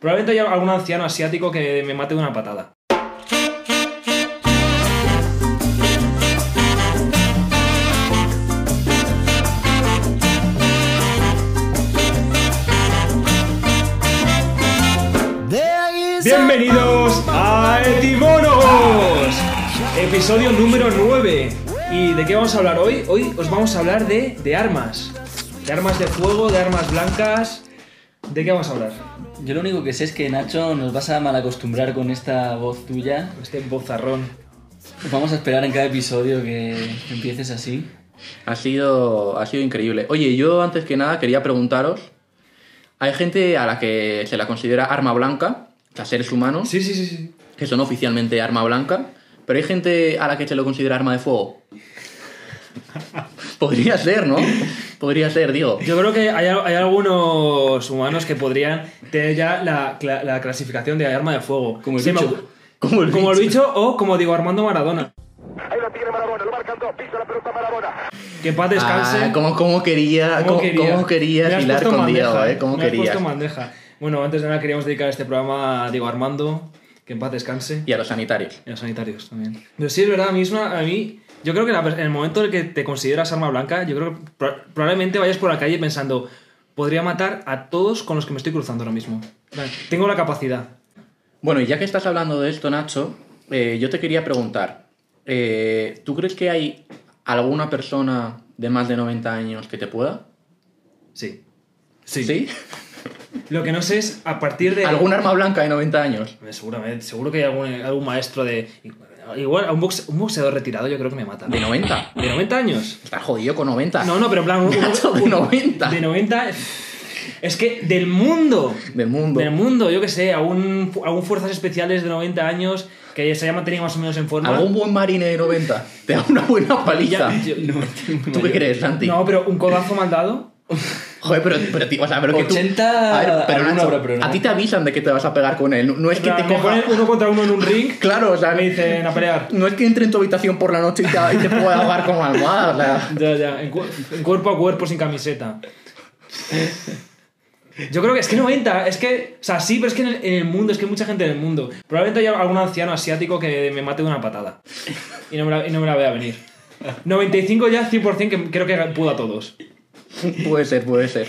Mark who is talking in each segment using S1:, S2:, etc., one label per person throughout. S1: Probablemente haya algún anciano asiático que me mate de una patada. Bienvenidos a Etimonos, episodio número 9. ¿Y de qué vamos a hablar hoy? Hoy os vamos a hablar de, de armas. De armas de fuego, de armas blancas. ¿De qué vamos a hablar?
S2: Yo lo único que sé es que Nacho nos vas a malacostumbrar con esta voz tuya.
S1: Este bozarrón.
S2: Vamos a esperar en cada episodio que empieces así.
S3: Ha sido, ha sido increíble. Oye, yo antes que nada quería preguntaros. Hay gente a la que se la considera arma blanca, o sea, seres humanos,
S1: Sí, sí, sí, sí.
S3: que son oficialmente arma blanca, pero hay gente a la que se lo considera arma de fuego. Podría ser, ¿no? Podría ser, digo.
S1: Yo creo que hay, al- hay algunos humanos que podrían tener ya la, cla- la clasificación de arma de fuego.
S2: Como el
S1: me
S2: bicho.
S1: ocu- Como el, bicho o como digo Armando Maradona.
S4: Ahí lo tiene Marabona, lo marcan dos, pisa la pelota Marabona.
S1: Que en paz descanse.
S3: Ah, ¿cómo, cómo quería,
S1: ¿Cómo
S3: cómo, cómo querías
S1: Me has
S3: hilar
S1: puesto en
S3: con Diego,
S1: bandeja,
S3: eh? ¿Cómo
S1: me has
S3: querías?
S1: puesto en bandeja. Bueno, antes de nada queríamos dedicar este programa a Diego Armando, que en paz descanse,
S3: Y a los sanitarios.
S1: y a los sanitarios también. Pero sí, es verdad, a mí, es una- a mí yo creo que la per- en el momento en el que te consideras arma blanca, yo creo que pro- probablemente vayas por la calle pensando, podría matar a todos con los que me estoy cruzando ahora mismo. Vale, Tengo la capacidad.
S3: Bueno, y ya que estás hablando de esto, Nacho, eh, yo te quería preguntar, eh, ¿tú crees que hay alguna persona de más de 90 años que te pueda?
S1: Sí.
S3: ¿Sí?
S1: Lo que no sé es a partir de... Eh,
S3: ¿Algún arma blanca de 90 años?
S1: Seguramente, seguro que hay algún, algún maestro de... Igual, a un, boxe- un boxeador retirado yo creo que me mata.
S3: ¿De 90?
S1: ¿De 90 años?
S3: Estás jodido con 90.
S1: No, no, pero en plan. un-
S3: Nacho, de
S1: un-
S3: 90.
S1: De 90. Es que del mundo.
S3: Del mundo.
S1: Del mundo, yo que sé, aún, aún fuerzas especiales de 90 años que se haya mantenido más o menos en forma.
S3: ¿Algún buen marine de 90? Te da una buena
S1: Y ya-
S3: paliza.
S1: yo-
S3: ¿Tú qué crees, Santi?
S1: no, pero un codazo mal dado.
S3: Joder, pero, pero tío, o sea, pero que tú...
S2: 80 alguno
S3: Nacho,
S2: habrá, pero no.
S3: a ti te avisan de que te vas a pegar con él. No, no es que
S1: Pero
S3: te
S1: me
S3: coja...
S1: ponen uno contra uno en un ring.
S3: Claro, o sea,
S1: Me dicen a pelear.
S3: no es que entre en tu habitación por la noche y te, y te pueda ahogar con la almohada, o sea...
S1: Ya, ya, en, cu- en cuerpo a cuerpo sin camiseta. Yo creo que es que 90, es que, o sea, sí, pero es que en el, en el mundo, es que hay mucha gente en el mundo. Probablemente haya algún anciano asiático que me mate de una patada y no me la, y no me la vea venir. 95 ya 100% que creo que pudo a todos.
S3: Puede ser, puede ser.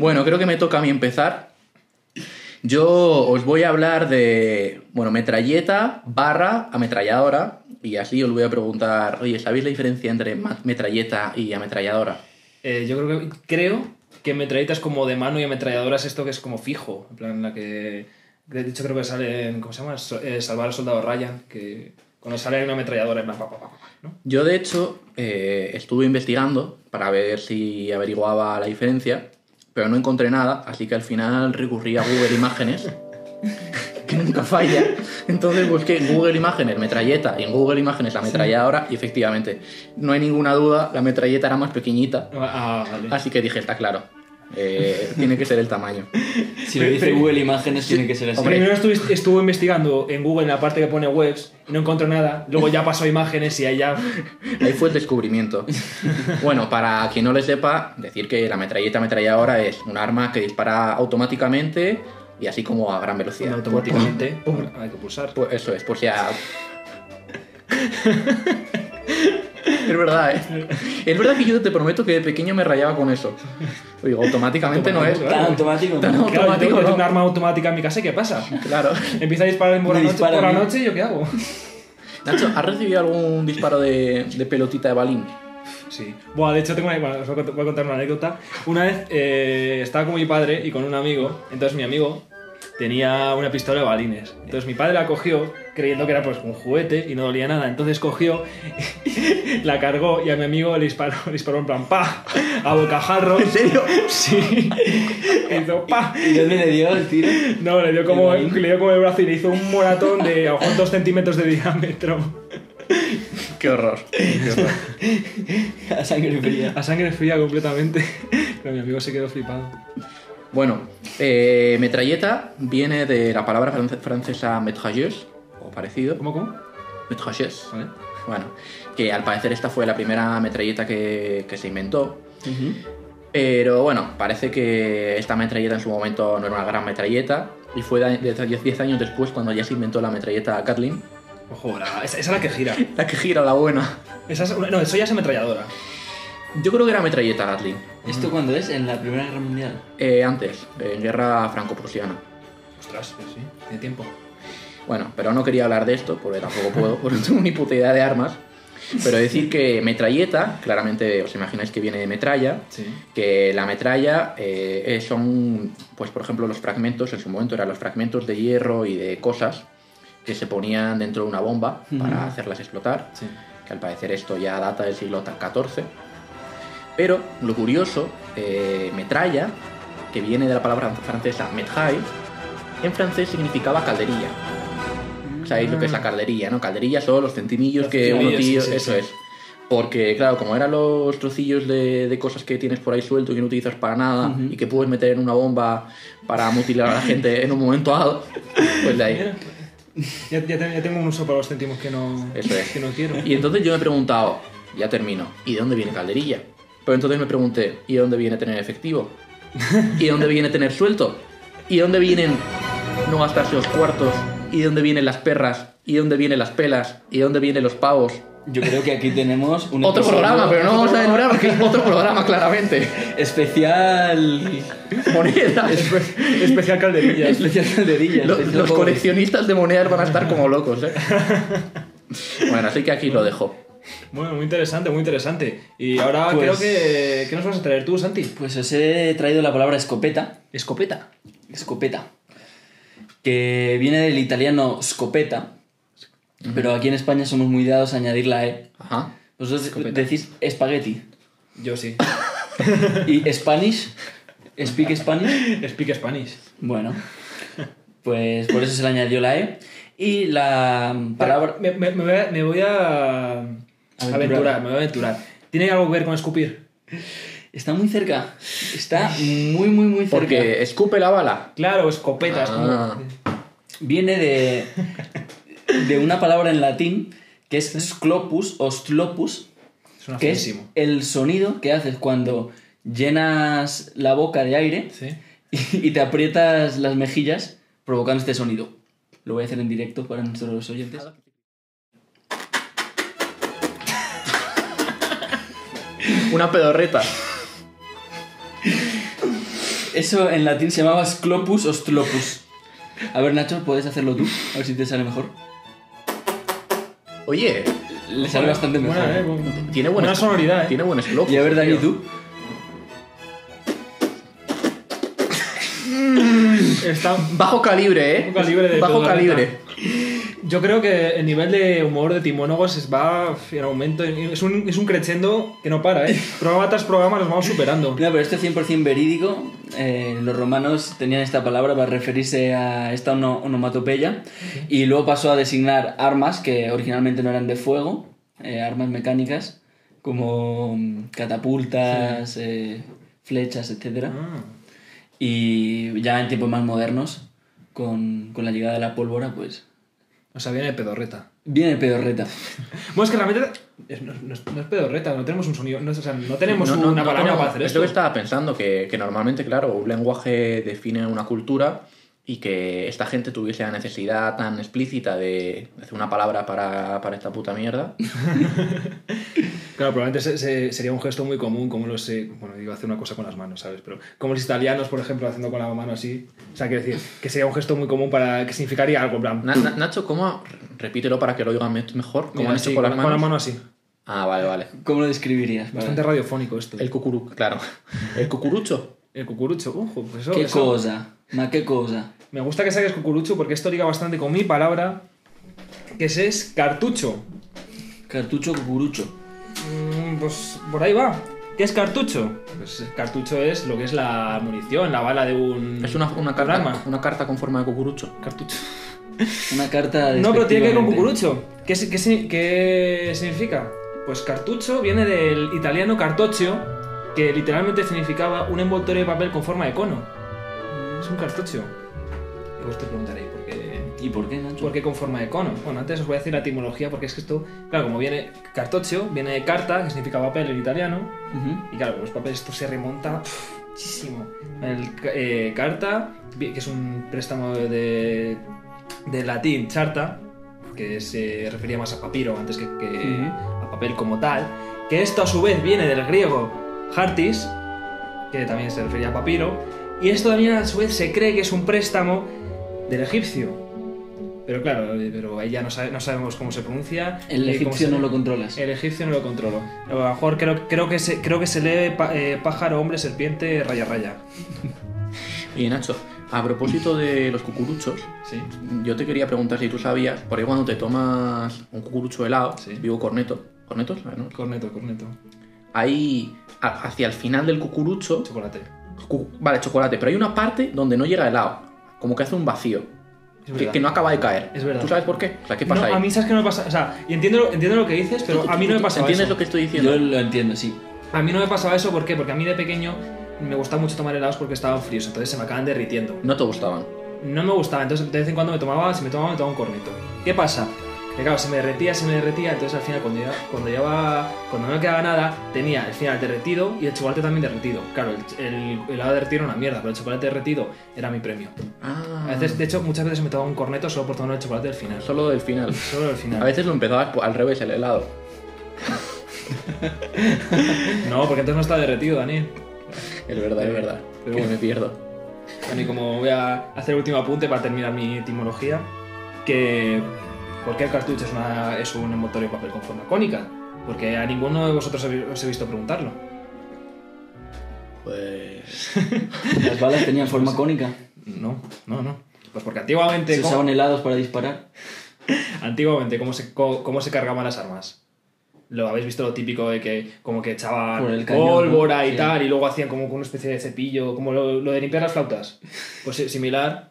S3: Bueno, creo que me toca a mí empezar. Yo os voy a hablar de, bueno, metralleta barra ametralladora. Y así os voy a preguntar, oye, ¿sabéis la diferencia entre ma- metralleta y ametralladora?
S1: Eh, yo creo que, creo que metralletas como de mano y ametralladoras esto que es como fijo, en plan la que, de hecho creo que sale, en- ¿cómo se llama? So- eh, salvar al soldado Ryan, que cuando sale una ametralladora en plan, pa, pa, pa, pa, ¿no?
S3: Yo, de hecho, eh, estuve investigando para ver si averiguaba la diferencia, pero no encontré nada, así que al final recurrí a Google Imágenes, que nunca falla. Entonces busqué en Google Imágenes metralleta y en Google Imágenes la metralladora, y efectivamente, no hay ninguna duda, la metralleta era más pequeñita,
S1: Ah, vale.
S3: así que dije, está claro, eh, tiene que ser el tamaño.
S2: Si lo dice
S1: Pero-
S2: Google Imágenes, tiene que ser así.
S3: Hombre.
S1: Primero estuve, estuve investigando en Google en la parte que pone webs y no encontró nada. Luego ya pasó a imágenes y ahí ya.
S3: Ahí fue el descubrimiento. Bueno, para quien no le sepa, decir que la metralleta ametralladora es un arma que dispara automáticamente y así como a gran velocidad.
S1: automáticamente hay que pulsar.
S3: Pues eso es, por si a... Es verdad, ¿eh? Es verdad que yo te prometo que de pequeño me rayaba con eso. Digo, automáticamente no es.
S2: Tan automático.
S3: Tan
S2: ¿no?
S1: Claro, yo
S3: au-
S1: tengo
S3: automático,
S1: yo tengo
S3: ¿no?
S1: un arma automática en mi casa, ¿y ¿qué pasa?
S3: Claro.
S1: Empieza a disparar por,
S2: Me
S1: la noche,
S2: dispara
S1: por la
S2: a mí.
S1: noche y yo qué hago.
S3: Nacho, ¿has recibido algún disparo de, de pelotita de balín?
S1: Sí. Buah, de hecho, tengo una, bueno, os voy a cont- voy a contar una anécdota. Una vez eh, estaba con mi padre y con un amigo. Entonces, mi amigo tenía una pistola de balines. Entonces, mi padre la cogió creyendo que era pues, un juguete y no dolía nada. Entonces, cogió, la cargó y a mi amigo le disparó, le disparó en plan pa a bocajarro. ¿En serio? Sí. Y hizo pa.
S2: ¿Y dónde le dio el tiro?
S1: No, le dio, como,
S2: ¿El balín?
S1: le dio como el brazo y le hizo un moratón de a lo mejor dos centímetros de diámetro.
S3: Qué horror. Qué horror.
S2: A sangre fría.
S1: A sangre fría completamente. Pero mi amigo se quedó flipado.
S3: Bueno, eh, metralleta viene de la palabra france- francesa metrailleuse, o parecido,
S1: ¿Cómo, cómo?
S3: metrailleuse.
S1: Vale.
S3: Bueno, que al parecer esta fue la primera metralleta que, que se inventó. Pero bueno, parece que esta metralleta en su momento no era una gran metralleta. Y fue da- de- de- 10 años después cuando ya se inventó la metralleta Catlin.
S1: Ojo, la- esa, esa es la que gira.
S3: La que gira, la buena.
S1: Esa es una- no, eso ya es ametralladora.
S3: Yo creo que era metralleta Gatling.
S2: ¿Esto cuándo es? ¿En la Primera Guerra Mundial?
S3: Eh, antes, en guerra franco-prusiana.
S1: Ostras, pues sí, tiene tiempo.
S3: Bueno, pero no quería hablar de esto porque tampoco puedo, porque no tengo ni puta idea de armas. Pero decir que metralleta, claramente os imagináis que viene de metralla,
S1: Sí.
S3: que la metralla eh, eh, son, pues por ejemplo, los fragmentos, en su momento eran los fragmentos de hierro y de cosas que se ponían dentro de una bomba para hacerlas explotar,
S1: Sí.
S3: que al parecer esto ya data del siglo XIV. Pero lo curioso, eh, metralla, que viene de la palabra francesa metraille, en francés significaba calderilla. Sabéis lo que es la calderilla, ¿no? Calderilla son los centimillos
S1: Ah. Los
S3: que uno
S1: centimillos,
S3: tío-
S1: sí, sí,
S3: eso
S1: sí.
S3: es. Porque, claro, como eran los trocillos de, de cosas que tienes por ahí suelto y que no utilizas para nada
S2: Ujú.
S3: y que puedes meter en una bomba para mutilar a la gente en un momento dado, pues de ahí.
S1: Eh, Ya, ya te- ya tengo un uso para los céntimos que no,
S3: Eso es.
S1: que no quiero.
S3: Y entonces yo me he preguntado, ya termino, ¿y de dónde viene calderilla? Pero entonces me pregunté, ¿y de dónde viene tener efectivo? ¿Y de dónde viene tener suelto? ¿Y de dónde vienen no gastarse los cuartos? ¿Y de dónde vienen las perras? ¿Y de dónde vienen las pelas? ¿Y de dónde vienen los pavos?
S2: Yo creo que aquí tenemos un
S3: Otro
S2: episodio
S3: programa, pero no vamos a demorar porque es otro programa, claramente.
S2: Especial.
S3: Monedas.
S1: Especial calderilla.
S2: Especial calderilla.
S3: Lo-
S2: especial
S3: los
S2: pobre.
S3: coleccionistas de monedas van a estar como locos, ¿eh? Bueno, así que aquí lo dejo.
S1: Bueno, muy interesante, muy interesante. Y ahora
S2: Pues-
S1: creo que. ¿Qué nos vas a traer tú, Santi?
S2: Pues os he traído la palabra escopeta.
S1: Escopeta.
S2: Escopeta. Que viene del italiano scopeta. Pero aquí en España somos muy dados a añadir la E.
S3: Ajá.
S2: Vosotros
S3: Escopeta.
S2: decís espagueti.
S1: Yo sí.
S2: ¿Y Spanish? ¿Speak Spanish?
S1: Speak Spanish.
S2: Bueno, pues por eso se le añadió la E. Y la palabra.
S1: Me, me- me voy a. Me voy a
S2: Aventurar.
S1: aventurar, me voy a aventurar. ¿Tiene algo que ver con escupir?
S2: Está muy cerca. Está muy, muy, muy cerca.
S3: Porque escupe la bala.
S1: Claro, escopeta. es como-
S3: Ah.
S2: Viene de, de una palabra en latín que es sclopus o slopus,
S1: Suena
S2: que es
S1: feísimo.
S2: el sonido que haces cuando llenas la boca de aire
S1: Sí.
S2: y, y te aprietas las mejillas provocando este sonido. Lo voy a hacer en directo para nuestros oyentes.
S3: Una pedorreta.
S2: Eso en latín se llamaba sclopus o slopus. A ver, Nacho, puedes hacerlo tú, a ver si te sale mejor.
S3: Oye,
S2: Le sale bastante mejor.
S1: Buena, eh,
S2: ¿eh?
S1: bu-
S3: tiene buena,
S1: Buena sonoridad, eh.
S3: Tiene buen slow.
S2: Y a ver, Dani, tú.
S1: Está
S3: Bajo calibre, eh.
S1: Bajo calibre de
S3: Bajo
S1: pedorreta.
S3: calibre.
S1: Yo creo que el nivel de humor de Timonogos es- va en aumento. Es un, es un crescendo que no para, ¿eh? Programa tras programa nos vamos superando.
S2: No, pero esto es 100% verídico. Eh, los romanos tenían esta palabra para referirse a esta ono- onomatopeya. Y luego pasó a designar armas que originalmente no eran de fuego, eh, armas mecánicas, como mm, catapultas, eh, flechas, etc.
S1: Ah,
S2: Y ya en tiempos más modernos, con, con la llegada de la pólvora, pues
S1: o sea, viene de pedorreta.
S2: viene el pedorreta.
S1: Bueno, es que realmente es- no, no es, no es pedorreta, no tenemos un sonido, no, es- o sea, no tenemos
S3: No, no,
S1: una
S3: no
S1: palabra
S3: tenemos-
S1: para hacer
S3: Es lo
S1: esto.
S3: que estaba pensando, que, que normalmente, claro, un lenguaje define una cultura y que esta gente tuviese la necesidad tan explícita de hacer una palabra para, para esta puta mierda.
S1: Claro, probablemente se- se- sería un gesto muy común, como los. eh, bueno, digo, hacer una cosa con las manos, ¿sabes? Pero como los italianos, por ejemplo, haciendo con la mano así. O sea, quiero decir, que sería un gesto muy común para. que significaría algo, en plan.
S3: Na- na- Nacho, ¿cómo? Repítelo para que lo oigan me- mejor. ¿Cómo
S1: mira,
S3: han hecho
S1: así,
S3: con las
S1: con la
S3: manos?
S1: mano así.
S3: Ah, vale, vale.
S2: ¿Cómo lo describirías?
S1: Bastante radiofónico esto.
S3: El cucuru, claro. El cucurucho.
S1: El cucurucho, ojo, pues eso.
S2: ¿Qué
S1: eso-
S2: cosa? Ma, ¿qué cosa?
S1: Me gusta que saques cucurucho porque esto liga bastante con mi palabra, que ese es cartucho.
S2: Cartucho cucurucho.
S1: Mm, Pues por ahí va. ¿Qué es cartucho? Pues el cartucho es lo que es la munición, la bala de un...
S3: Es una, una,
S1: un
S3: carta,
S1: arma.
S3: una carta con forma de cucurucho.
S1: Cartucho.
S2: Una carta de.
S1: No, pero tiene que ver con cucurucho. ¿Qué, si- qué si- qué significa? Pues cartucho viene del italiano cartoccio, que literalmente significaba un envoltorio de papel con forma de cono. Es un cartucho. Pues te preguntaréis por qué.
S2: ¿Y por qué, Nacho?
S1: ¿Por qué con forma de cono? Bueno, antes os voy a decir la etimología porque es que esto, claro, como viene cartoccio, viene de carta, que significa papel en italiano,
S2: Ujú.
S1: y claro, con los papeles esto se remonta pf, muchísimo. El ca- eh, carta, vi- que es un préstamo de, de latín, charta, que se refería más a papiro antes que, que
S2: Ujú.
S1: a papel como tal, que esto a su vez viene del griego hartis, que también se refería a papiro, y esto también a su vez se cree que es un préstamo del egipcio. Pero claro, eh, pero ahí ya no, sabe- no sabemos cómo se pronuncia.
S2: El
S1: eh, cómo
S2: egipcio
S1: se-
S2: no lo controlas.
S1: el egipcio no lo controlo. A lo mejor creo, creo, que, se, creo que se lee pa- eh, pájaro, hombre, serpiente, raya, raya.
S3: Y Nacho, a propósito de los cucuruchos,
S1: Sí.
S3: yo te quería preguntar si tú sabías, por ahí cuando te tomas un cucurucho helado,
S1: Sí.
S3: vivo corneto, cornetos, Ah, ¿no?
S1: Corneto, corneto.
S3: Ahí, a- hacia el final del cucurucho,
S1: Chocolate.
S3: cu- vale, chocolate, pero hay una parte donde no llega helado, como que hace un vacío,
S1: Es
S3: que,
S1: verdad.
S3: que no acaba de caer.
S1: Es verdad.
S3: ¿Tú sabes por qué? O sea, ¿qué pasa
S1: No,
S3: ahí?
S1: a mí sabes que no me pasa. O sea, y entiendo, lo- entiendo lo que dices, pero a mí no me pasaba
S3: ¿Entiendes
S1: eso.
S3: lo que estoy diciendo?
S2: Yo lo entiendo, sí.
S1: A mí no me pasaba eso, ¿por qué? Porque a mí de pequeño me gustaba mucho tomar helados porque estaban fríos, entonces se me acaban derritiendo.
S3: No te gustaban.
S1: No me gustaba, entonces de vez en cuando me tomaba, si me tomaba, me tomaba un corneto. ¿Qué pasa? Que claro, se me derretía, se me derretía, entonces al final cuando ya, cuando ya va- cuando no me quedaba nada, tenía el final derretido y el chocolate también derretido. Claro, el, el helado derretido era una mierda, pero el chocolate derretido era mi premio.
S3: Ah,
S1: A veces, de hecho, muchas veces me tomaba un corneto solo por tomar el chocolate del final.
S3: solo del final.
S1: Solo del
S3: A
S1: final.
S3: veces lo empezabas por- al revés el helado.
S1: No, porque entonces no está derretido, Dani.
S3: Es verdad, es verdad.
S1: Pero
S3: que
S1: bueno.
S3: me pierdo.
S1: Dani, como voy a hacer el último apunte para terminar mi etimología, que cualquier cartucho es, una- es un envoltorio de papel con forma cónica, porque a ninguno de vosotros he- os he visto preguntarlo.
S3: Pues.
S2: Las balas tenían forma cónica.
S1: No, no, no. Pues porque antiguamente,
S2: Se
S1: ¿cómo-
S2: usaban helados para disparar.
S1: antiguamente ¿cómo, se, co- cómo se cargaban las armas? Lo habéis visto lo típico de que como que echaban
S2: Por el cañón, ¿no?
S1: pólvora y
S2: Sí.
S1: tal, y luego hacían como con una especie de cepillo, como lo, lo de limpiar las flautas. Pues si- similar.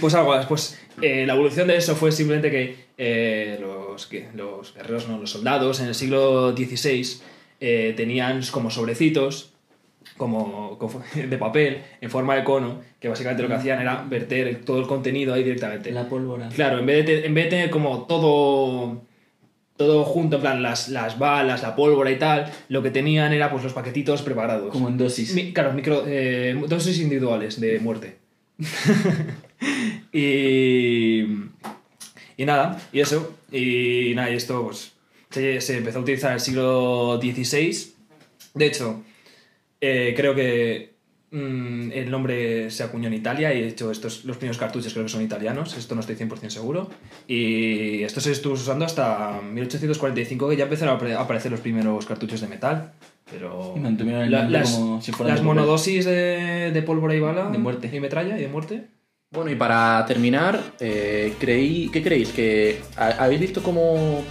S1: Pues algo, pues eh, la evolución de eso fue simplemente que eh, los, que- los guerreros, no, los soldados en el siglo XVI eh, tenían como sobrecitos como, como de papel en forma de cono, que básicamente lo que hacían era verter todo el contenido ahí directamente.
S2: La pólvora.
S1: Claro, en vez de, te- en vez de tener como todo todo junto, en plan las, las balas, la pólvora y tal, lo que tenían era pues los paquetitos preparados.
S2: Como en dosis.
S1: Mi- claro, micro, eh, dosis individuales de muerte. y, y nada, y eso, y nada, y esto pues, se, se empezó a utilizar en el siglo XVI. De hecho, eh, creo que mm, el nombre se acuñó en Italia y de hecho estos, los primeros cartuchos creo que son italianos, esto no estoy 100% seguro. Y esto se estuvo usando hasta 1845 que ya empezaron a apare- a aparecer los primeros cartuchos de metal. Pero
S2: Y mantuvieron el nombre
S1: las,
S2: como si fueran
S1: las
S2: de papel.
S1: monodosis de, de pólvora y bala
S2: De muerte.
S1: y metralla y de muerte.
S3: Bueno, y para terminar, eh, creí, ¿qué creéis? ¿Que ha- habéis visto cómo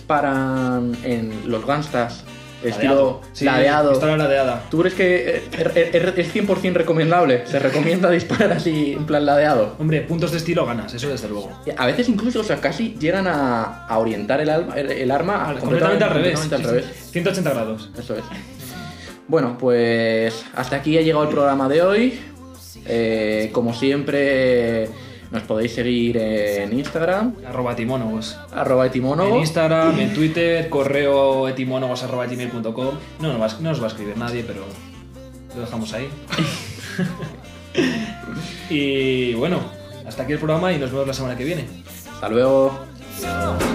S3: disparan en los gangstas? Estilo
S1: Ladeado.
S3: ladeado.
S1: Sí, pistola ladeada.
S3: ¿Tú crees que eh, er- er- es 100% recomendable? ¿Se recomienda disparar así en plan ladeado?
S1: Hombre, puntos de estilo ganas, eso desde luego.
S3: A veces incluso, o sea, casi llegan a, a orientar el, alma- el- el arma
S1: Ah, completamente, al revés.
S3: completamente al
S1: Sí, sí.
S3: revés.
S1: 180 grados.
S3: Eso es. Bueno, pues hasta aquí ha llegado el programa de hoy. Eh, como siempre, nos podéis seguir en Instagram,
S1: Arroba etimónogos.
S3: arroba
S1: En
S3: etimónogo.
S1: Instagram, en Twitter, correo etimónogos arroba gmail.com. No, no, va- no nos va a escribir nadie, pero lo dejamos ahí. y bueno, hasta aquí el programa y nos vemos la semana que viene.
S3: Hasta luego.
S5: Don't